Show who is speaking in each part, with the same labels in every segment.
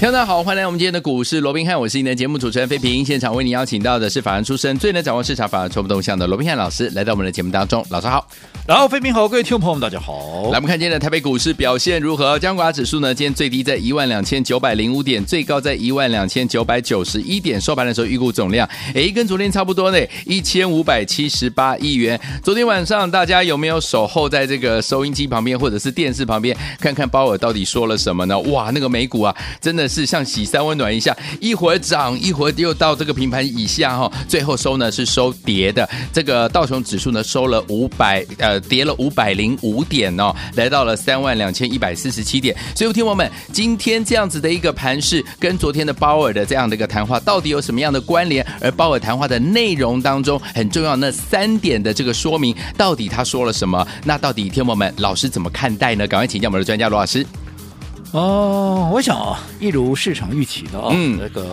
Speaker 1: 听众大家好，欢迎来我们今天的股市罗宾汉，我是你的节目主持人费平。现场为你邀请到的是法案出身、最能掌握市场法案筹码动向的罗宾汉老师，来到我们的节目当中。老师好，
Speaker 2: 然后，飞平好，各位听众朋友们，大家好
Speaker 1: 来。我们看今天的台北股市表现如何？加权指数呢，今天最低在12,905点，最高在12,991点，收盘的时候预估总量，诶，跟昨天差不多呢，1578亿元。昨天晚上大家有没有守候在这个收音机旁边或者是电视旁边，看看鲍尔到底说了什么呢？哇，那个美股啊，真的是像洗三温暖一下，一会儿涨，一会儿又到这个平盘以啊下哈、最后收呢是收跌的。这个道琼指数呢收了五百呃跌了五百零五点哦，来到了三万两千一百四十七点。所以，听友们，今天这样子的一个盘势，跟昨天的鲍尔的这样的一个谈话，到底有什么样的关联？而鲍尔谈话的内容当中，很重要那三点的这个说明，到底他说了什么？那到底听友们，老师怎么看待呢？赶快请教我们的专家罗老师。
Speaker 2: 哦，我想啊，一如市场预期的啊，
Speaker 1: 嗯
Speaker 2: 那个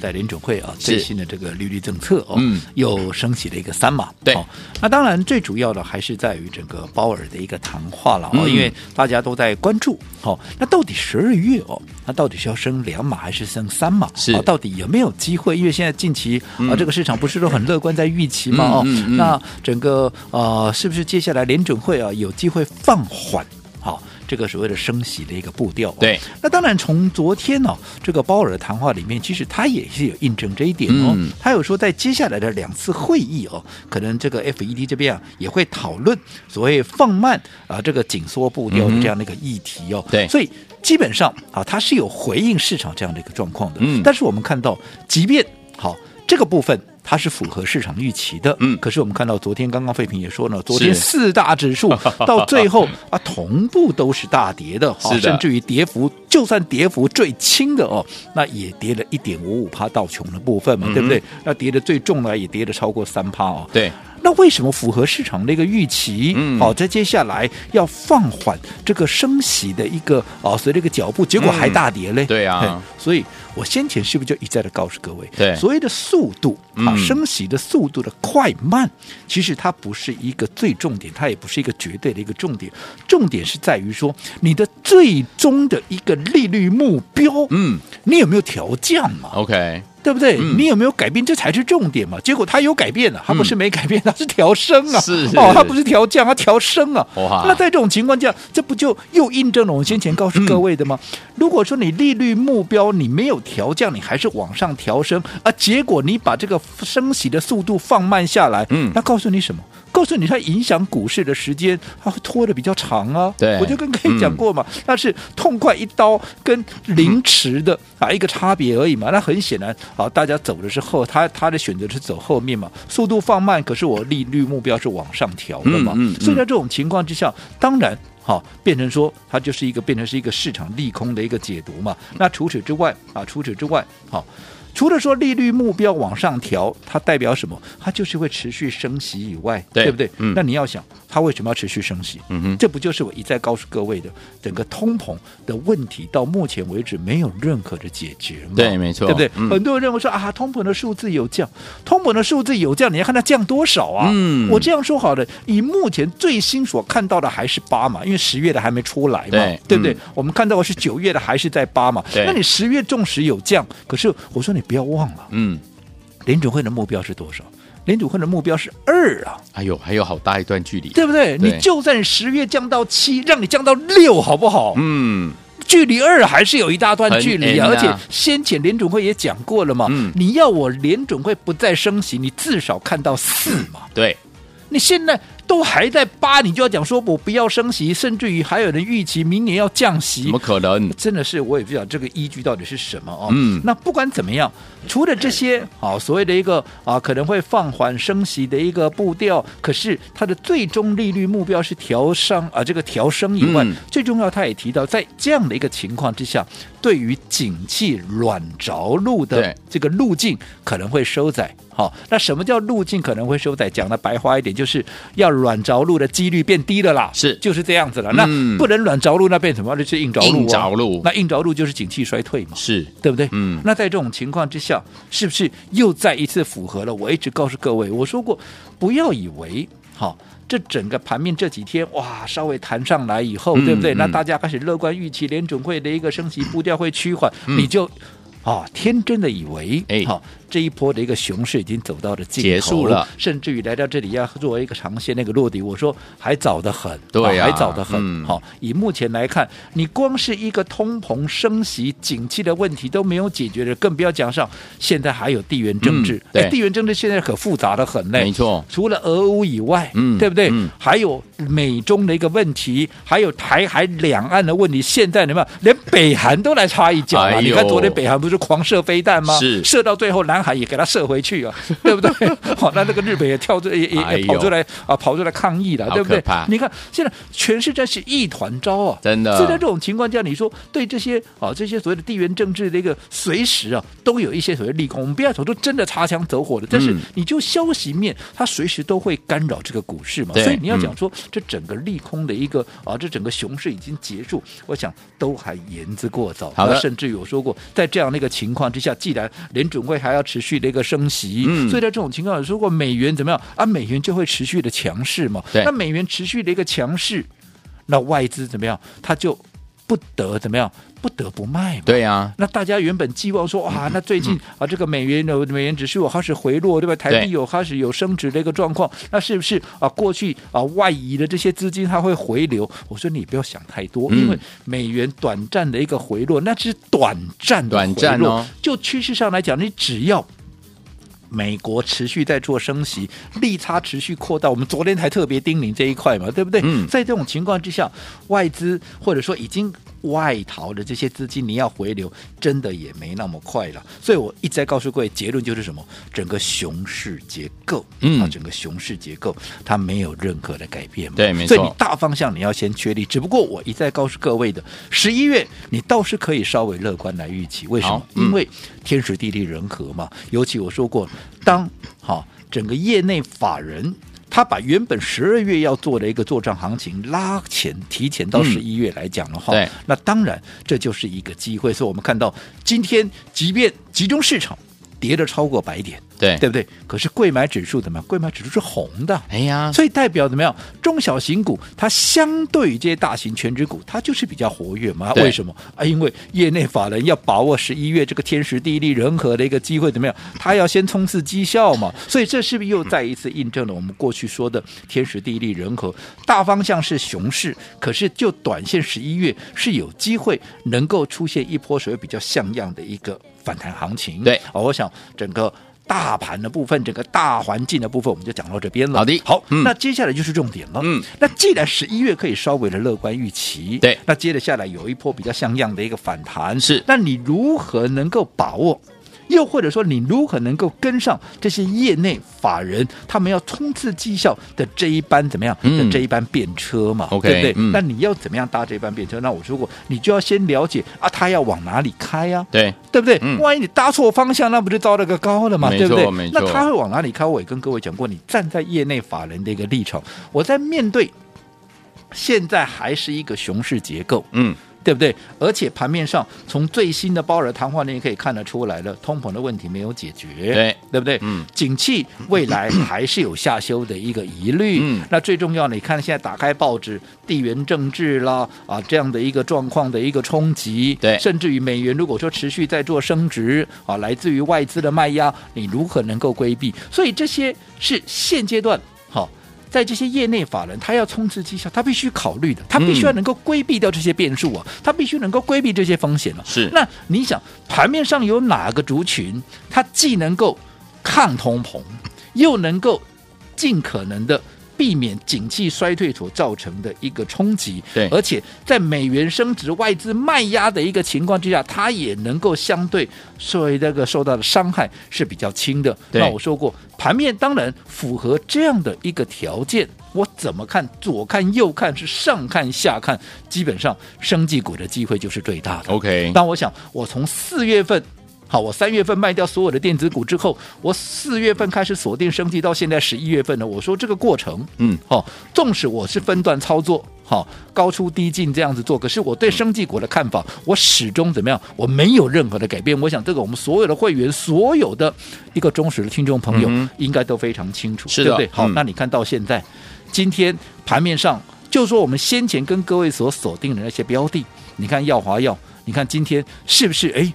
Speaker 2: 在联准会啊
Speaker 1: 是
Speaker 2: 最新的这个利率政策哦，
Speaker 1: 嗯
Speaker 2: 又升起了一个三码。
Speaker 1: 对
Speaker 2: 哦那当然最主要的还是在于整个鲍尔的一个谈话了哦，
Speaker 1: 嗯
Speaker 2: 因为大家都在关注哦，那到底十二月哦，那到底是要升两码还是升三码？
Speaker 1: 是
Speaker 2: 哦到底有没有机会？因为现在近期啊，这个市场不是都很乐观在预期嘛？哦，
Speaker 1: 嗯嗯嗯嗯
Speaker 2: 那那整个呃，是不是接下来联准会啊有机会放缓好、这个所谓的升息的一个步调、哦
Speaker 1: 对，
Speaker 2: 那当然从昨天呢、这个鲍尔的谈话里面，其实他也是有印证这一点哦。
Speaker 1: 嗯
Speaker 2: 他有说在接下来的两次会议哦，可能这个 FED 这边啊也会讨论所谓放慢啊、这个紧缩步调的这样的一个议题哦。
Speaker 1: 嗯对
Speaker 2: 所以基本上啊，它是有回应市场这样的一个状况的。
Speaker 1: 嗯
Speaker 2: 但是我们看到，即便好这个部分。它是符合市场预期的，
Speaker 1: 嗯
Speaker 2: 可是我们看到昨天刚刚费平也说呢，昨天
Speaker 1: 是
Speaker 2: 四大 指数到最后啊同步都是大跌的，好
Speaker 1: 是的
Speaker 2: 甚至于跌幅就算跌幅最轻的哦，那也跌了一点五五趴到穷的部分嘛，对不对？那跌的最重的也跌了超过三趴哦。
Speaker 1: 嗯对，
Speaker 2: 那为什么符合市场的一个预期？
Speaker 1: 嗯
Speaker 2: 好、在接下来要放缓这个升息的一个哦，随这个脚步，结果还大跌嘞。
Speaker 1: 对啊
Speaker 2: 嘿所以我先前是不是就一再的告诉各位，
Speaker 1: 对
Speaker 2: 所谓的速度啊，
Speaker 1: 嗯
Speaker 2: 升息的速度的快慢，其实它不是一个最重点，它也不是一个绝对的一个重点，重点是在于说你的最终的一个利率目标，
Speaker 1: 嗯
Speaker 2: 你有没有调降嘛？
Speaker 1: ，OK，
Speaker 2: 对不对？
Speaker 1: 嗯
Speaker 2: 你有没有改变？这才是重点嘛。结果他有改变了，他不是没改变，他 是调升啊。
Speaker 1: 是
Speaker 2: 哦，他不是调降，他调升啊。
Speaker 1: 哇
Speaker 2: 那在这种情况下，这不就又印证了我们先前告
Speaker 1: 嗯
Speaker 2: 诉各位的吗？如果说你利率目标你没有调降，你还是往上调升啊，结果你把这个升息的速度放慢下来，
Speaker 1: 嗯
Speaker 2: 那告诉你什么？告诉你，它影响股市的时间，它会拖得比较长啊。
Speaker 1: 对
Speaker 2: 我就跟各位讲
Speaker 1: 嗯
Speaker 2: 过。过嘛，那是痛快一刀跟凌迟的啊一个差别而已嘛。那很显然啊，大家走的是后，他他的选择是走后面嘛，速度放慢，可是我利率目标是往上调的嘛。
Speaker 1: 嗯嗯嗯
Speaker 2: 所以在这种情况之下，当然。好，变成说它就是一个变成是一个市场利空的一个解读嘛。那除此之外啊，除此之外，好，除了说利率目标往上调，它代表什么？它就是会持续升息以外，
Speaker 1: 对
Speaker 2: 不对？
Speaker 1: 嗯
Speaker 2: 那你要想，它为什么要持续升息？
Speaker 1: 嗯哼
Speaker 2: 这不就是我一再告诉各位的，整个通膨的问题到目前为止没有任何的解决嘛？
Speaker 1: 对没错
Speaker 2: 对不对？
Speaker 1: 嗯
Speaker 2: 很多人认为说啊，通膨的数字有降，通膨的数字有降，你要看它降多少啊？
Speaker 1: 嗯
Speaker 2: 我这样说好了，以目前最新所看到的还是八嘛，因为十月的还没出来嘛，
Speaker 1: 对
Speaker 2: 不对？
Speaker 1: 嗯
Speaker 2: 我们看到的是九月的还是在八嘛？
Speaker 1: 对
Speaker 2: 那你十月纵使有降，可是我说你不要忘了，
Speaker 1: 嗯，
Speaker 2: 联准会的目标是多少？联准会的目标是二啊。
Speaker 1: 哎呦，还有好大一段距离，
Speaker 2: 对不对？
Speaker 1: 对
Speaker 2: 你就算十月降到七，让你降到六，好不好？
Speaker 1: 嗯，
Speaker 2: 距离二还是有一大段距离啊！
Speaker 1: 很
Speaker 2: 而
Speaker 1: 远啊
Speaker 2: 且先前联准会也讲过了嘛，
Speaker 1: 嗯
Speaker 2: 你要我联准会不再升息，你至少看到四嘛。
Speaker 1: 对，
Speaker 2: 你现在都还在八，你就要讲说我不要升息，甚至于还有人预期明年要降息
Speaker 1: 怎么，可能？
Speaker 2: 真的是我也不知道这个依据到底是什么哦。
Speaker 1: 嗯
Speaker 2: 那不管怎么样，除了这些啊，所谓的一个啊可能会放缓升息的一个步调，可是它的最终利率目标是调上啊这个调升以外，
Speaker 1: 嗯
Speaker 2: 最重要他也提到，在这样的一个情况之下，对于景气软着陆的
Speaker 1: 对
Speaker 2: 这个路径可能会收窄。好，那什么叫路径可能会收窄？讲的白话一点，就是要软着陆的几率变低了啦，
Speaker 1: 是
Speaker 2: 就是这样子了。那
Speaker 1: 嗯
Speaker 2: 不能软着陆，那变什么？那就是硬着陆、啊，
Speaker 1: 硬着陆
Speaker 2: 那硬着陆就是景气衰退嘛，
Speaker 1: 是
Speaker 2: 对不对？
Speaker 1: 嗯
Speaker 2: 那在这种情况之下，是不是又再一次符合了？我一直告诉各位，我说过，不要以为好。这整个盘面这几天哇，稍微弹上来以后，
Speaker 1: 嗯
Speaker 2: 对不对？
Speaker 1: 嗯
Speaker 2: 那大家开始乐观预期联准会的一个升息步调会趋缓，你就啊天真的以为，
Speaker 1: 嗯哎
Speaker 2: 好、这一波的一个熊市已经走到了尽头
Speaker 1: 结束了，
Speaker 2: 甚至于来到这里要作为一个长线那个落底，我说还早得很，
Speaker 1: 对啊
Speaker 2: 还早得很，
Speaker 1: 嗯
Speaker 2: 好。好，以目前来看，你光是一个通膨升息、景气的问题都没有解决的，更不要讲上现在还有地缘政治。哎
Speaker 1: 嗯对
Speaker 2: 诶地缘政治现在可复杂的很嘞，
Speaker 1: 没错
Speaker 2: 除了俄乌以外，
Speaker 1: 嗯
Speaker 2: 对不对？
Speaker 1: 嗯
Speaker 2: 还有美中的一个问题，还有台海两岸的问题。现在你们连北韩都来插一脚了、
Speaker 1: 哎呦
Speaker 2: 你看昨天北韩不是狂射飞弹吗？
Speaker 1: 是
Speaker 2: 射到最后，南海也给他射回去啊，对不对？ 好、那那个日本也跳出，也也
Speaker 1: 哎
Speaker 2: 也
Speaker 1: 呦
Speaker 2: 跑出来、啊，跑出来抗议了，
Speaker 1: 好
Speaker 2: 对不对
Speaker 1: 可怕？
Speaker 2: 你看现在全世界是一团糟啊，
Speaker 1: 真的
Speaker 2: 所以在这种情况下，你说对这些啊这些所谓的地缘政治的一个随时啊，都有一些所谓利空。我们不要想说真的擦枪走火的，但是
Speaker 1: 嗯
Speaker 2: 你就消息面，它随时都会干扰这个股市嘛。
Speaker 1: 对嗯
Speaker 2: 所以你要讲说、这整个利空的一个啊，这整个熊市已经结束，我想都还言之过早。
Speaker 1: 好的
Speaker 2: 那甚至有说过，在这样的一个情况之下，既然联准会还要持续的一个升息，
Speaker 1: 嗯
Speaker 2: 所以在这种情况，如果美元怎么样啊，美元就会持续的强势嘛。
Speaker 1: 对
Speaker 2: 那美元持续的一个强势，那外资怎么样，它就不得怎么样，不得不卖嘛。
Speaker 1: 对啊呀，
Speaker 2: 那大家原本寄望说，
Speaker 1: 嗯
Speaker 2: 哇，那最近啊，这个美元的美元指数有开始回落，对吧？台
Speaker 1: 对
Speaker 2: 币有开始有升值的一个状况，那是不是啊？过去啊外移的这些资金它会回流？我说你不要想太多，
Speaker 1: 嗯
Speaker 2: 因为美元短暂的一个回落，那只是短暂的回落。
Speaker 1: 短暂哦
Speaker 2: 就趋势上来讲，你只要。美国持续在做升息，利差持续扩大。我们昨天还特别叮咛这一块嘛，对不对？
Speaker 1: 嗯
Speaker 2: 在这种情况之下，外资或者说已经外逃的这些资金，你要回流，真的也没那么快了。所以我一再告诉各位，结论就是什么？整个熊市结构，
Speaker 1: 嗯
Speaker 2: 啊，整个熊市结构它没有任何的改变嘛。
Speaker 1: 对没
Speaker 2: 所以
Speaker 1: 错
Speaker 2: 你大方向你要先确立。只不过我一再告诉各位的，十一月你倒是可以稍微乐观来预期，为什么
Speaker 1: 好？嗯
Speaker 2: 因为天时地利人和嘛。尤其我说过，当好、整个业内法人。他把原本十二月要做的一个做账行情拉前提前到
Speaker 1: 嗯
Speaker 2: 十一月来讲的话，
Speaker 1: 对
Speaker 2: 那当然这就是一个机会。所以我们看到今天即便集中市场跌了超过百点，
Speaker 1: 对
Speaker 2: 对不对？可是贵买指数怎么样？贵买指数是红的，
Speaker 1: 哎呀，
Speaker 2: 所以代表怎么样？中小型股它相对于这些大型全指股，它就是比较活跃嘛？
Speaker 1: 对
Speaker 2: 为什么啊？因为业内法人要把握十一月这个天时地利人和的一个机会，怎么样？他要先冲刺绩效 嘛。所以这是不是又再一次印证了我们过去说的天时地利人和？大方向是熊市，可是就短线十一月是有机会能够出现一波所谓比较像样的一个反弹行情。
Speaker 1: 对
Speaker 2: 哦，我想整个。大盘的部分，整个大环境的部分，我们就讲到这边了。
Speaker 1: 好的
Speaker 2: 好，
Speaker 1: 嗯
Speaker 2: 那接下来就是重点了。
Speaker 1: 嗯，
Speaker 2: 那既然十一月可以稍微的乐观预期，
Speaker 1: 对
Speaker 2: 那接着下来有一波比较像样的一个反弹，
Speaker 1: 是
Speaker 2: 那你如何能够把握？又或者说，你如何能够跟上这些业内法人他们要冲刺绩效的这一班怎么样、
Speaker 1: 嗯
Speaker 2: 的这一班便车嘛
Speaker 1: OK，
Speaker 2: 对不对？
Speaker 1: 嗯
Speaker 2: 那你要怎么样搭这班便车？那我说过，你就要先了解啊，他要往哪里开呀、啊？
Speaker 1: 对，
Speaker 2: 对不对？
Speaker 1: 嗯
Speaker 2: 万一你搭错方向，那不就糟了个高了嘛，
Speaker 1: 没
Speaker 2: 对不对
Speaker 1: 错没？错
Speaker 2: 那他会往哪里开？我也跟各位讲过，你站在业内法人的一个立场，我在面对现在还是一个熊市结构，
Speaker 1: 嗯，
Speaker 2: 对不对？而且盘面上从最新的鲍尔谈话，你也可以看得出来了，通膨的问题没有解决，
Speaker 1: 对
Speaker 2: 对不对？
Speaker 1: 嗯，
Speaker 2: 景气未来还是有下修的一个疑虑。
Speaker 1: 嗯
Speaker 2: 那最重要，你看现在打开报纸，地缘政治啦啊这样的一个状况的一个冲击，
Speaker 1: 对
Speaker 2: 甚至于美元如果说持续在做升值啊，来自于外资的卖压，你如何能够规避？所以这些是现阶段好。在这些业内法人，他要冲刺绩效，他必须考虑的，他必须要能够规避掉这些变数啊，他必须能够规避这些风险啊。
Speaker 1: 是
Speaker 2: 那你想，盘面上有哪个族群，它既能够抗通膨，又能够尽可能的避免景气衰退所造成的一个冲击。
Speaker 1: 对
Speaker 2: 而且在美元升值、外资卖压的一个情况之下，它也能够相对所以那个受到的伤害是比较轻的。
Speaker 1: 对
Speaker 2: 那我说过，盘面当然符合这样的一个条件。我怎么看？左看右看是上看下看，基本上生技股的机会就是最大的。
Speaker 1: OK，
Speaker 2: 但我想，我从四月份。好，我三月份卖掉所有的电子股之后，我四月份开始锁定升级，到现在十一月份呢。我说这个过程，
Speaker 1: 嗯，
Speaker 2: 好、纵使我是分段操作，好、高出低进这样子做，可是我对升级股的看法，我始终怎么样，我没有任何的改变。我想这个我们所有的会员，所有的一个忠实的听众朋友，
Speaker 1: 嗯
Speaker 2: 应该都非常清楚，
Speaker 1: 是
Speaker 2: 对
Speaker 1: 的
Speaker 2: 不对？好，
Speaker 1: 嗯
Speaker 2: 那你看到现在，今天盘面上，就说我们先前跟各位所锁定的那些标的，你看耀华药，你看今天是不是？哎，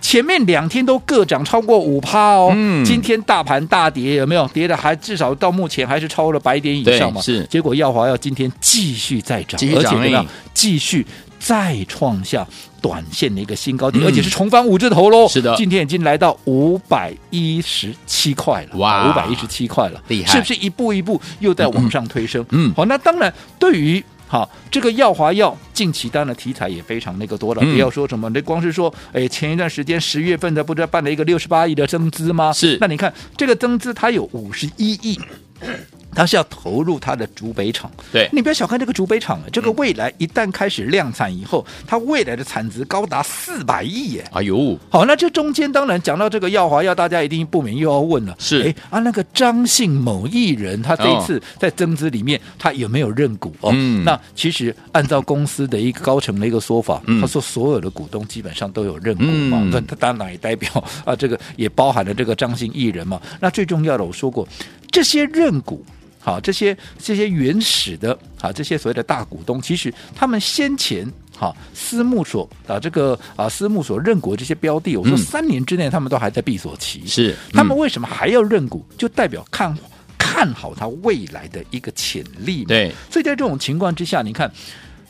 Speaker 2: 前面两天都各涨超过五趴哦。
Speaker 1: 嗯
Speaker 2: 今天大盘大跌有没有？跌的还至少到目前还是超了百点以上嘛。
Speaker 1: 对是
Speaker 2: 结果耀华药今天继续再涨，
Speaker 1: 继续
Speaker 2: 而
Speaker 1: 涨
Speaker 2: 且怎么
Speaker 1: 哎
Speaker 2: 样？继续再创下短线的一个新高点，
Speaker 1: 嗯
Speaker 2: 而且是重返五字头喽。
Speaker 1: 是的
Speaker 2: 今天已经来到五百一十七块了。
Speaker 1: 哇
Speaker 2: 五百一十七块了，
Speaker 1: 厉害
Speaker 2: 是不是一步一步又在往上推升？
Speaker 1: 嗯嗯
Speaker 2: 好，那当然，对于好这个耀华药，近期当然题材也非常那个多了，
Speaker 1: 嗯
Speaker 2: 不要说什么，那光是说，哎，前一段时间十月份的不知道办了一个六十八亿的增资吗？
Speaker 1: 是
Speaker 2: 那你看这个增资它有五十一亿。它是要投入它的竹北厂，
Speaker 1: 对嗯
Speaker 2: 你不要小看这个竹北厂，这个未来一旦开始量产以后，它未来的产值高达四百亿耶！
Speaker 1: 哎呦，
Speaker 2: 好，那这中间当然讲到这个耀华药，大家一定不免又要问了，
Speaker 1: 是哦
Speaker 2: 哎啊，那个张姓某艺人，他这一次在增资里面，他有没有认股哦？
Speaker 1: 嗯
Speaker 2: 那其实按照公司的一个高层的一个说法，
Speaker 1: 嗯
Speaker 2: 他说所有的股东基本上都有认股嘛
Speaker 1: 嗯，
Speaker 2: 那、他当然也代表啊，这个也包含了这个张姓艺人嘛。那最重要的，我说过这些认股。好，这些这些原始的啊，这些所谓的大股东，其实他们先前哈私募所啊，这个啊私募所认股这些标的，我
Speaker 1: 嗯
Speaker 2: 说三年之内他们都还在闭锁期，
Speaker 1: 是嗯
Speaker 2: 他们为什么还要认股？就代表看看好它未来的一个潜力嘛。
Speaker 1: 对，
Speaker 2: 所以在这种情况之下，你看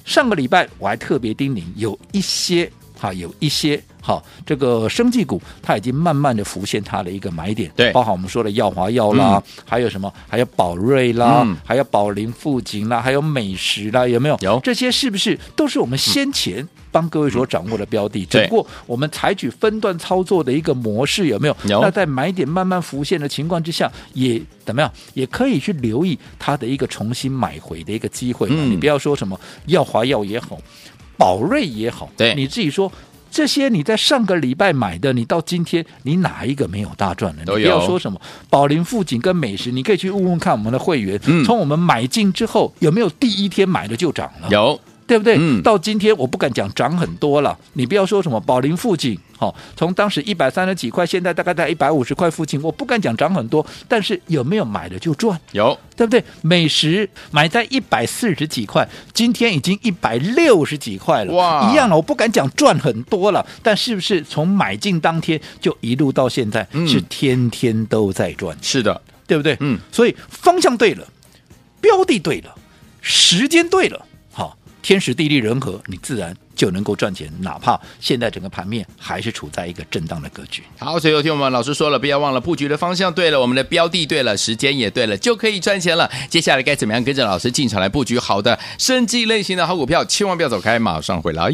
Speaker 2: 上个礼拜我还特别叮咛，有一些哈，有一些哈，这个生技股它已经慢慢的浮现它的一个买点，
Speaker 1: 对
Speaker 2: 包含我们说的耀华药啦，还有什么，还有宝瑞啦，
Speaker 1: 嗯
Speaker 2: 还有宝林富锦啦，还有美食啦，有没有？
Speaker 1: 有
Speaker 2: 这些是不是都是我们先前帮各位所掌握的标的？只
Speaker 1: 对
Speaker 2: 不过我们采取分段操作的一个模式，有没有？
Speaker 1: 有
Speaker 2: 那在买点慢慢浮现的情况之下，也怎么样？也可以去留意它的一个重新买回的一个机会嘛。
Speaker 1: 嗯
Speaker 2: 你不要说什么耀华药也好，宝瑞也好，
Speaker 1: 对
Speaker 2: 你自己说。这些你在上个礼拜买的，你到今天你哪一个没有大赚呢？你
Speaker 1: 都
Speaker 2: 不
Speaker 1: 有
Speaker 2: 要说什么宝林富锦跟美食，你可以去问问看我们的会员，
Speaker 1: 嗯
Speaker 2: 从我们买进之后有没有第一天买的就涨了？
Speaker 1: 有
Speaker 2: 对不对？
Speaker 1: 嗯
Speaker 2: 到今天我不敢讲涨很多了，你不要说什么宝林附近，好、从当时一百三十几块，现在大概在一百五十块附近，我不敢讲涨很多，但是有没有买的就赚，
Speaker 1: 有，
Speaker 2: 对不对？美食买在一百四十几块，今天已经一百六十几块了，
Speaker 1: 哇
Speaker 2: 一样了，我不敢讲赚很多了，但是不是从买进当天就一路到现在，
Speaker 1: 嗯
Speaker 2: 是天天都在赚钱
Speaker 1: 是的，
Speaker 2: 对不对？
Speaker 1: 嗯，
Speaker 2: 所以方向对了，标的对了，时间对了，好，天时地利人和，你自然就能够赚钱。哪怕现在整个盘面还是处在一个震荡的格局。
Speaker 1: 好，所以有听我们老师说了，不要忘了布局的方向对了，我们的标的对了，时间也对了，就可以赚钱了。接下来该怎么样跟着老师进场来布局好的生计类型的好股票？千万不要走开，马上回来。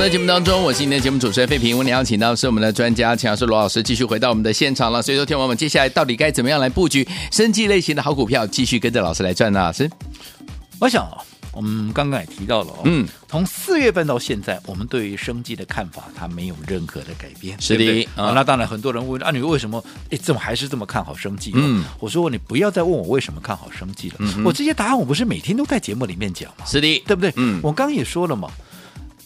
Speaker 1: 在节目当中，我是今天的节目主持人费平，我们邀请到的是我们的专家钱老师罗老师继续回到我们的现场了。所以，说，听我们接下来到底该怎么样来布局生技类型的好股票，继续跟着老师来赚啊呢？老师，
Speaker 2: 我想啊，我们刚刚也提到了、哦，
Speaker 1: 嗯，
Speaker 2: 从四月份到现在，我们对于生计的看法，它没有任何的改变，
Speaker 1: 是的
Speaker 2: 对不对
Speaker 1: 啊
Speaker 2: 啊。那当然，很多人问啊，你为什么哎，怎么还是这么看好生计、
Speaker 1: 嗯，
Speaker 2: 我说你不要再问我为什么看好生计了，我这些答案我不是每天都在节目里面讲吗？
Speaker 1: 是的，
Speaker 2: 对不对？
Speaker 1: 嗯
Speaker 2: 我刚刚也说了嘛。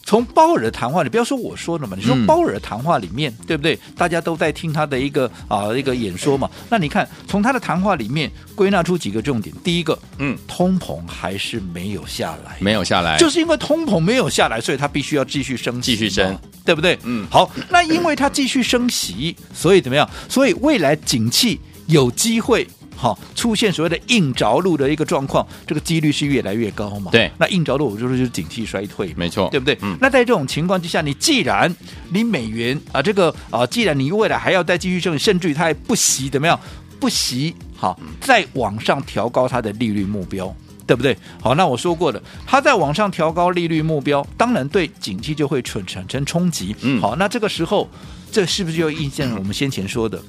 Speaker 2: 从鲍尔的谈话里，不要说我说的嘛，你说
Speaker 1: 嗯
Speaker 2: 鲍尔的谈话里面，对不对？大家都在听他的一个啊、一个演说嘛。那你看，从他的谈话里面归纳出几个重点。第一个，
Speaker 1: 嗯，
Speaker 2: 通膨还是没有下来，
Speaker 1: 没有下来，
Speaker 2: 就是是因为通膨没有下来，所以它必须要继续升息嘛，
Speaker 1: 继续升
Speaker 2: 对不对？
Speaker 1: 嗯
Speaker 2: 好，那因为它继续升息，所以怎么样？所以未来景气有机会。好，出现所谓的硬着陆的一个状况，这个几率是越来越高嘛？
Speaker 1: 对
Speaker 2: 那硬着陆，我就说就是景气衰退嘛，
Speaker 1: 没错
Speaker 2: 对不对？
Speaker 1: 嗯
Speaker 2: 那在这种情况之下，你既然你美元啊，这个啊，既然你未来还要再继续升，甚至于它还不惜怎么样，不惜好
Speaker 1: 嗯
Speaker 2: 再往上调高它的利率目标。对不对？好，那我说过了，它在往上调高利率目标，当然对景气就会产产生冲击。
Speaker 1: 嗯
Speaker 2: 好，那这个时候，这是不是就印证了我们先前说的？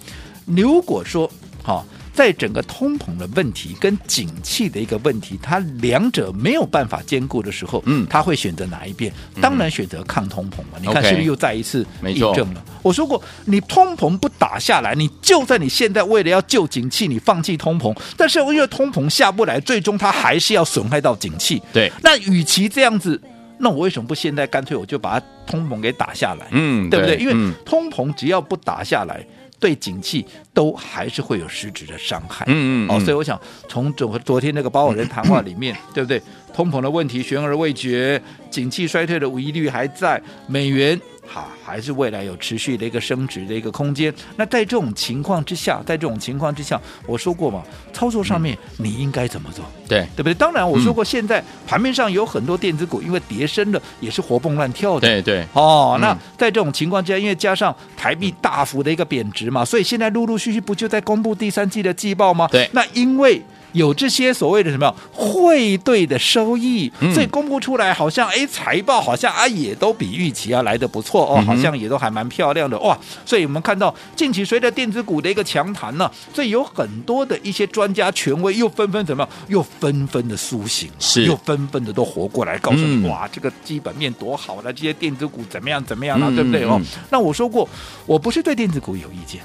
Speaker 2: 如果说好，在整个通膨的问题跟景气的一个问题，它两者没有办法兼顾的时候，
Speaker 1: 嗯
Speaker 2: 他会选择哪一边？当然选择抗通膨嘛。你看
Speaker 1: OK
Speaker 2: 是不是又再一次
Speaker 1: 没
Speaker 2: 印
Speaker 1: 错
Speaker 2: 证了？我说过，你通膨不打下来，你就算你现在为了要救景气，你放弃通膨，但是因为通膨下不来，最终它还是要损害到景气。
Speaker 1: 对，
Speaker 2: 那与其这样子，那我为什么不现在干脆我就把它通膨给打下来？
Speaker 1: 嗯
Speaker 2: 对不对？
Speaker 1: 对
Speaker 2: 因为
Speaker 1: 嗯
Speaker 2: 通膨只要不打下来，对景气都还是会有实质的伤害。
Speaker 1: 嗯嗯
Speaker 2: 哦，
Speaker 1: 嗯
Speaker 2: 所以我想从昨昨天那个鲍尔的谈话里 面，对不对？通膨的问题悬而未决，景气衰退的疑虑还在，美元。哈，还是未来有持续的一个升值的一个空间。那在这种情况之下，在这种情况之下，我说过嘛，操作上面
Speaker 1: 嗯
Speaker 2: 你应该怎么做？
Speaker 1: 对，
Speaker 2: 对不对？当然，我
Speaker 1: 嗯
Speaker 2: 说过，现在盘面上有很多电子股，因为跌升了，也是活蹦乱跳的。
Speaker 1: 对对，
Speaker 2: 哦，
Speaker 1: 嗯
Speaker 2: 那在这种情况之下，因为加上台币大幅的一个贬值嘛，所以现在陆陆续续不就在公布第三季的季报吗？
Speaker 1: 对
Speaker 2: 那因为。有这些所谓的什么汇兑的收益，
Speaker 1: 嗯
Speaker 2: 所以公布出来好像哎财报好像啊也都比预期啊来的不错哦，
Speaker 1: 嗯哼
Speaker 2: 好像也都还蛮漂亮的哇。所以我们看到近期随着电子股的一个强弹呢，所以有很多的一些专家权威又纷纷怎么样，又纷纷的苏醒了，
Speaker 1: 是
Speaker 2: 又纷纷的都活过来，告诉你、
Speaker 1: 嗯
Speaker 2: 哇这个基本面多好了，这些电子股怎么样怎么样了，
Speaker 1: 嗯
Speaker 2: 对不对哦？
Speaker 1: 嗯
Speaker 2: 那我说过，我不是对电子股有意见，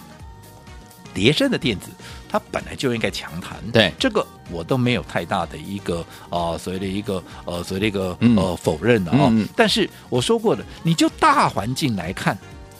Speaker 2: 叠升的电子它本来就应该强弹，
Speaker 1: 对
Speaker 2: 这个我都没有太大的一个啊、呃所谓的一个呃所谓的一个
Speaker 1: 嗯
Speaker 2: 呃否认的哦。
Speaker 1: 嗯嗯
Speaker 2: 但是我说过了，你就大环境来看。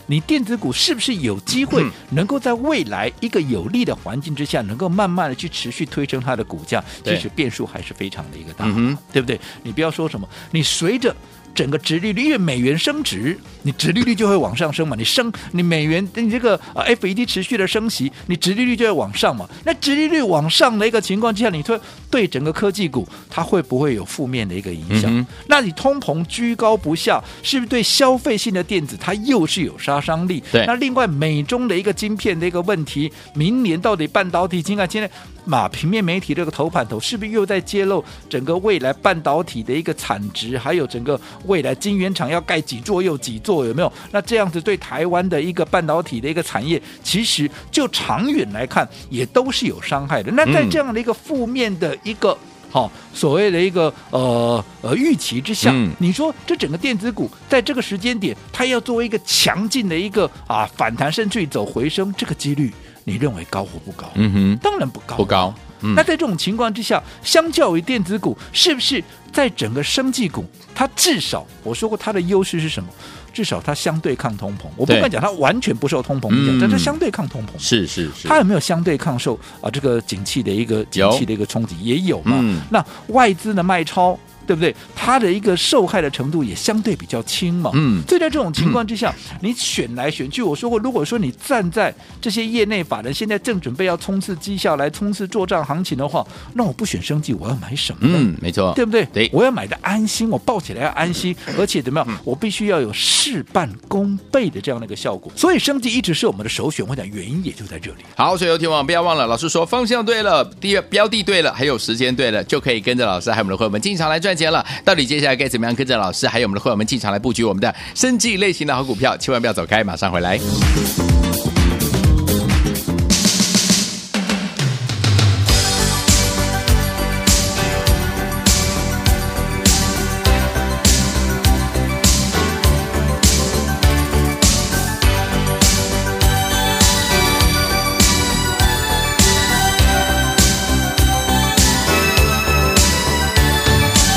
Speaker 2: 你电子股是不是有机
Speaker 1: 嗯
Speaker 2: 会能够在未来一个有利的环境之下，能够慢慢的去持续推升它的股价？
Speaker 1: 对
Speaker 2: 其实变数还是非常的一个大。
Speaker 1: 嗯哼，
Speaker 2: 对不对？你不要说什么，你随着整个殖利率，因为美元升值，你殖利率就会往上升嘛。你升，你美元，你这个呃 FED 持续的升息，你殖利率就会往上嘛。那殖利率往上的一个情况之下，你说对整个科技股，它会不会有负面的一个影响？
Speaker 1: 嗯哼
Speaker 2: 那你通膨居高不下，是不是对消费性的电子它又是有杀伤力？
Speaker 1: 对
Speaker 2: 那另外美中的一个晶片的一个问题，明年到底半导体晶啊，现在马平面媒体这个头版头是不是又在揭露整个未来半导体的一个产值，还有整个未来晶圆厂要盖几座又几座，有没有？那这样子对台湾的一个半导体的一个产业，其实就长远来看也都是有伤害的。那在
Speaker 1: 嗯
Speaker 2: 这样的一个负面的一个。好，所谓的一个呃呃预期之下，
Speaker 1: 嗯
Speaker 2: 你说这整个电子股在这个时间点，它要作为一个强劲的一个啊反弹，甚至于走回升，这个几率你认为高或不高？
Speaker 1: 嗯哼，
Speaker 2: 当然不高，
Speaker 1: 不。高，嗯
Speaker 2: 那在这种情况之下，相较于电子股，是不是在整个生技股，它至少我说过它的优势是什么？至少它相对抗通膨。我不
Speaker 1: 对
Speaker 2: 敢讲它完全不受通膨影响，
Speaker 1: 嗯
Speaker 2: 但它相对抗通膨。
Speaker 1: 是是是，
Speaker 2: 它有没有相对抗受啊？这个景气的一个景
Speaker 1: 有
Speaker 2: 气的一个冲击也有嘛。
Speaker 1: 嗯
Speaker 2: 那外资的卖超，对不对？它的一个受害的程度也相对比较轻嘛。
Speaker 1: 嗯
Speaker 2: 所以在这种情况之下，你选来选去，我说过，如果说你站在这些业内法人现在正准备要冲刺绩效来冲刺做账行情的话，那我不选生计，我要买什么呢？
Speaker 1: 嗯，没错，
Speaker 2: 对不对？
Speaker 1: 对嗯
Speaker 2: 我要买的安心，我抱起来要安心，而且怎么样？我必须要有事半功倍的这样的一个效果。所以升级一直是我们的首选，我讲原因也就在这里。
Speaker 1: 好，所以有听网不要忘了，老师说方向对了，第二标的对了，还有时间对了，就可以跟着老师还有我们的会员们进场来赚赚钱了。到底接下来该怎么样跟着老师还有我们的会员们进场来布局我们的生计类型的好股票？千万不要走开，马上回来。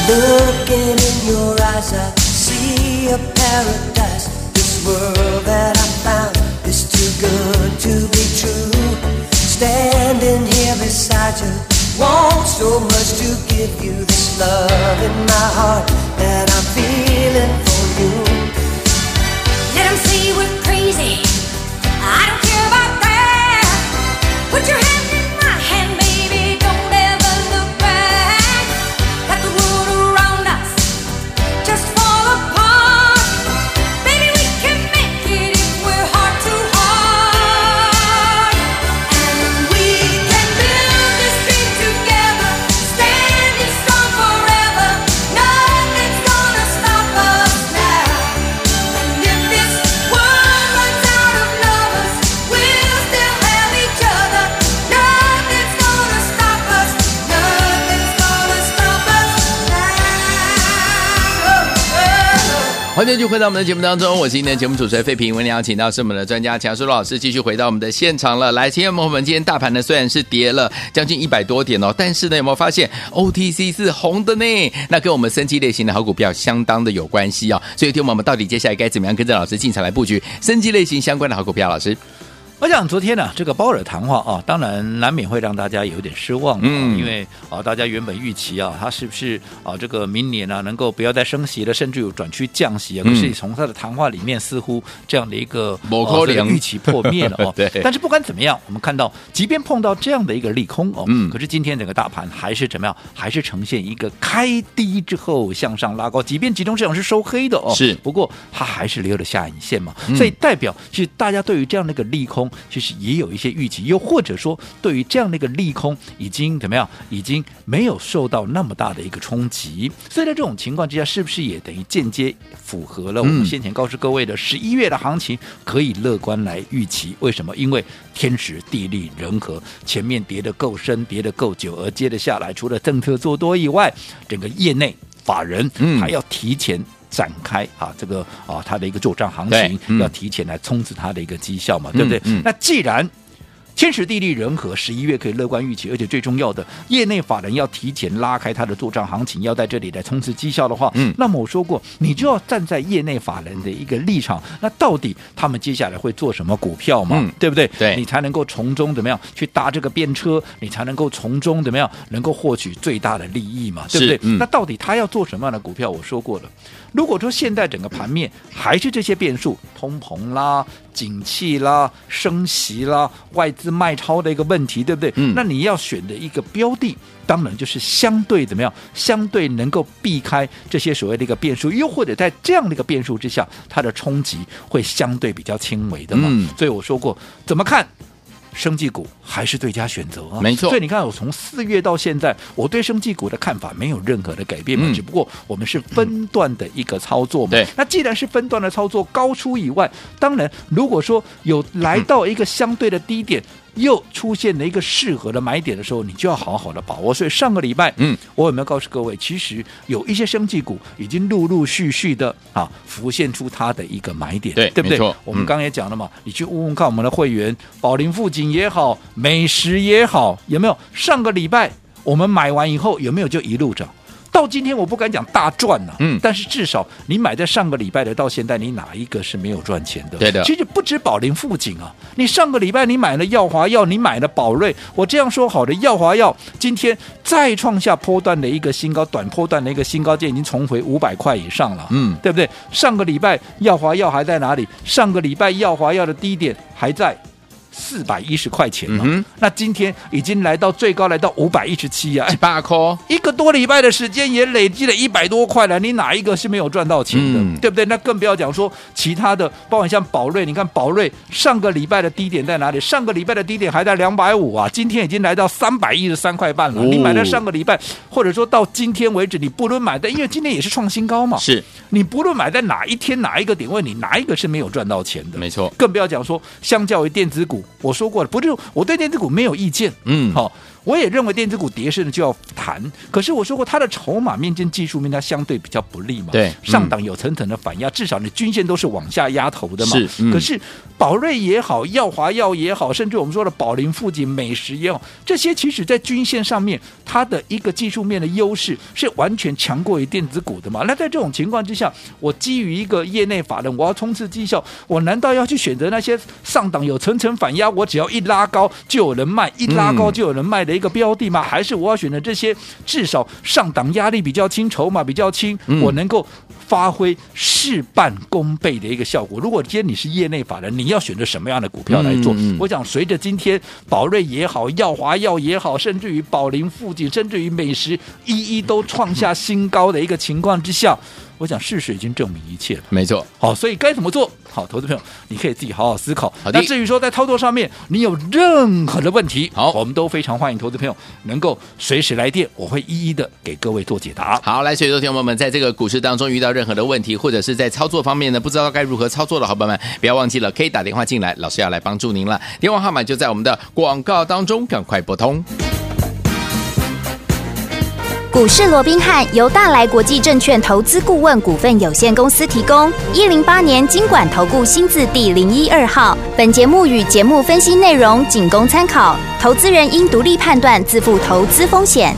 Speaker 3: Looking in your eyes, I see a paradise. This world that I found is too good to be true. Standing here beside you, want so much to give you this love in my heart that I'm feeling for you.
Speaker 4: Let 'em see we're crazy. I don't care about that. Put your hand in my hand, baby. Don't ever look back. Let the world around us just fall apart. Baby, we can make it if we're heart to heart. And we can build this dream together, standing strong forever. Nothing's gonna stop us now. And if this world runs out of lovers, we'll still have each other. Nothing's gonna stop us. Nothing's gonna stop us now.
Speaker 1: 欢迎继续回到我们的节目当中，我是今天的节目主持人费平。为您邀请到是我们的专家强叔罗老师，继续回到我们的现场了。来，亲爱的朋友们，今天大盘呢虽然是跌了将近一百多点哦，但是呢有没有发现 OTC 是红的呢？那跟我们升级类型的好股票相当的有关系哦。所以，听我们到底接下来该怎么样跟着老师进场来布局升级类型相关的好股票？老师，
Speaker 2: 我想昨天呢、这个鲍尔谈话啊，当然难免会让大家有点失望、啊，
Speaker 1: 嗯
Speaker 2: 因为啊，大家原本预期啊，他是不是啊，这个明年啊能够不要再升息了，甚至有转趋降息啊？可是
Speaker 1: 嗯
Speaker 2: 从他的谈话里面，似乎这样的一个
Speaker 1: 没
Speaker 2: 啊
Speaker 1: 可能。
Speaker 2: 这个预期破灭了哦
Speaker 1: 对
Speaker 2: 但是不管怎么样，我们看到，即便碰到这样的一个利空哦，
Speaker 1: 嗯
Speaker 2: 可是今天整个大盘还是怎么样？还是呈现一个开低之后向上拉高，即便集中市场是收黑的哦，
Speaker 1: 是
Speaker 2: 不过它还是留了下影线嘛，所以代表其实大家对于这样的一个利空，其实也有一些预期，又或者说对于这样的一个利空已经怎么样，已经没有受到那么大的一个冲击，所以在这种情况之下，是不是也等于间接符合了我
Speaker 1: 嗯
Speaker 2: 们先前告诉各位的十一月的行情可以乐观来预期？为什么？因为天时地利人和，前面跌得够深，跌得够久，而接着下来，除了政策做多以外，整个业内法人
Speaker 1: 嗯
Speaker 2: 还要提前。展开啊，这个啊，它的一个做账行
Speaker 1: 对
Speaker 2: 情、
Speaker 1: 嗯
Speaker 2: 要提前来冲刺它的一个绩效嘛，对不对？
Speaker 1: 嗯
Speaker 2: 那既然天时地利人和，十一月可以乐观预期，而且最重要的，业内法人要提前拉开他的做账行情，要在这里来冲刺绩效的话，
Speaker 1: 嗯
Speaker 2: 那么我说过，你就要站在业内法人的一个立场，那到底他们接下来会做什么股票嘛？
Speaker 1: 嗯
Speaker 2: 对不对？
Speaker 1: 对
Speaker 2: 你才能够从中怎么样去搭这个便车，你才能够从中怎么样能够获取最大的利益嘛？对
Speaker 1: 是
Speaker 2: 不对？
Speaker 1: 嗯
Speaker 2: 那到底他要做什么样的股票？我说过了，如果说现在整个盘面还是这些变数，通膨啦、景气啦、升息啦、外资卖超的一个问题，对不对？
Speaker 1: 嗯
Speaker 2: 那你要选的一个标的，当然就是相对怎么样，相对能够避开这些所谓的一个变数，又或者在这样的一个变数之下，它的冲击会相对比较轻微的嘛。
Speaker 1: 嗯
Speaker 2: 所以我说过，怎么看？生技股还是最佳选择啊，
Speaker 1: 没错
Speaker 2: 所以你看，我从四月到现在，我对生技股的看法没有任何的改变嘛，
Speaker 1: 嗯
Speaker 2: 只不过我们是分段的一个操作嘛。
Speaker 1: 对
Speaker 2: 那既然是分段的操作，高出以外，当然如果说有来到一个相对的低点。又出现了一个适合的买点的时候，你就要好好的把握。所以上个礼拜，
Speaker 1: 嗯，
Speaker 2: 我有没有告诉各位，其实有一些生技股已经陆陆续续的啊浮现出它的一个买点，
Speaker 1: 对
Speaker 2: 对不
Speaker 1: 没
Speaker 2: 对
Speaker 1: 错？
Speaker 2: 我们
Speaker 1: 嗯
Speaker 2: 刚刚也讲了嘛，你去问问看我们的会员，宝林富锦也好，美食也好，有没有上个礼拜我们买完以后有没有就一路涨？到今天我不敢讲大赚呐、
Speaker 1: 嗯
Speaker 2: 但是至少你买在上个礼拜的，到现在你哪一个是没有赚钱的？
Speaker 1: 对的
Speaker 2: 其实不止宝林富锦啊，你上个礼拜你买了耀华药，你买了宝瑞，我这样说好的耀华药，今天再创下波段的一个新高，短波段的一个新高，见已经重回五百块以上了。
Speaker 1: 嗯
Speaker 2: 对不对？上个礼拜耀华药还在哪里？上个礼拜耀华药的低点还在。四百一十块钱了、
Speaker 1: 嗯哼
Speaker 2: 那今天已经来到最高来到五百一十七呀，哎
Speaker 1: 七八哦颗，
Speaker 2: 一个多礼拜的时间也累积了一百多块了，你哪一个是没有赚到钱的，
Speaker 1: 嗯
Speaker 2: 对不对？那更不要讲说其他的，包括像宝瑞，你看宝瑞上个礼拜的低点在哪里？上个礼拜的低点还在两百五啊，今天已经来到三百一十三块半了。
Speaker 1: 哦
Speaker 2: 你买在上个礼拜，或者说到今天为止，你不论买在，因为今天也是创新高嘛，
Speaker 1: 是
Speaker 2: 你不论买在哪一天哪一个点位，你哪一个是没有赚到钱的？
Speaker 1: 没错
Speaker 2: 更不要讲说，相较于电子股，我说过了，不是我对电子股没有意见，
Speaker 1: 嗯
Speaker 2: 好、我也认为电子股跌势呢就要谈，可是我说过它的筹码面跟技术面它相对比较不利嘛，
Speaker 1: 对嗯
Speaker 2: 上档有层层的反压，至少你均线都是往下压头的嘛，
Speaker 1: 是嗯
Speaker 2: 可是宝瑞也好，耀华药也好，甚至我们说的宝林富锦、美食也好，这些其实在均线上面它的一个技术面的优势是完全强过于电子股的嘛，那在这种情况之下，我基于一个业内法人，我要冲刺绩效，我难道要去选择那些上档有层层反压，我只要一拉高就有人卖，一拉
Speaker 1: 嗯
Speaker 2: 高就有人卖的一个标的吗？还是我要选择这些至少上档压力比较轻、筹码比较轻，
Speaker 1: 嗯
Speaker 2: 我能够发挥事半功倍的一个效果？如果今天你是业内法人，你要选择什么样的股票来做？
Speaker 1: 嗯嗯嗯
Speaker 2: 我想随着今天宝瑞也好、耀华药也好，甚至于宝林富锦，甚至于美食，一一都创下新高的一个情况之下，我想事实已经证明一切了。
Speaker 1: 没错，
Speaker 2: 好，所以该怎么做？好，投资朋友，你可以自己好好思考。
Speaker 1: 好的
Speaker 2: 那至于说在操作上面，你有任何的问题，
Speaker 1: 好
Speaker 2: 我们都非常欢迎投资朋友能够随时来电，我会一一的给各位做解答。
Speaker 1: 好，来，所以昨天我们在这个股市当中遇到任何的问题，或者是在操作方面呢，不知道该如何操作的好朋友们，不要忘记了，可以打电话进来，老师要来帮助您了。电话号码就在我们的广告当中，赶快拨通。
Speaker 5: 股市罗宾汉由大来国际证券投资顾问股份有限公司提供。一零八年经管投顾新字第零一二号。本节目与节目分析内容仅供参考，投资人应独立判断，自负投资风险。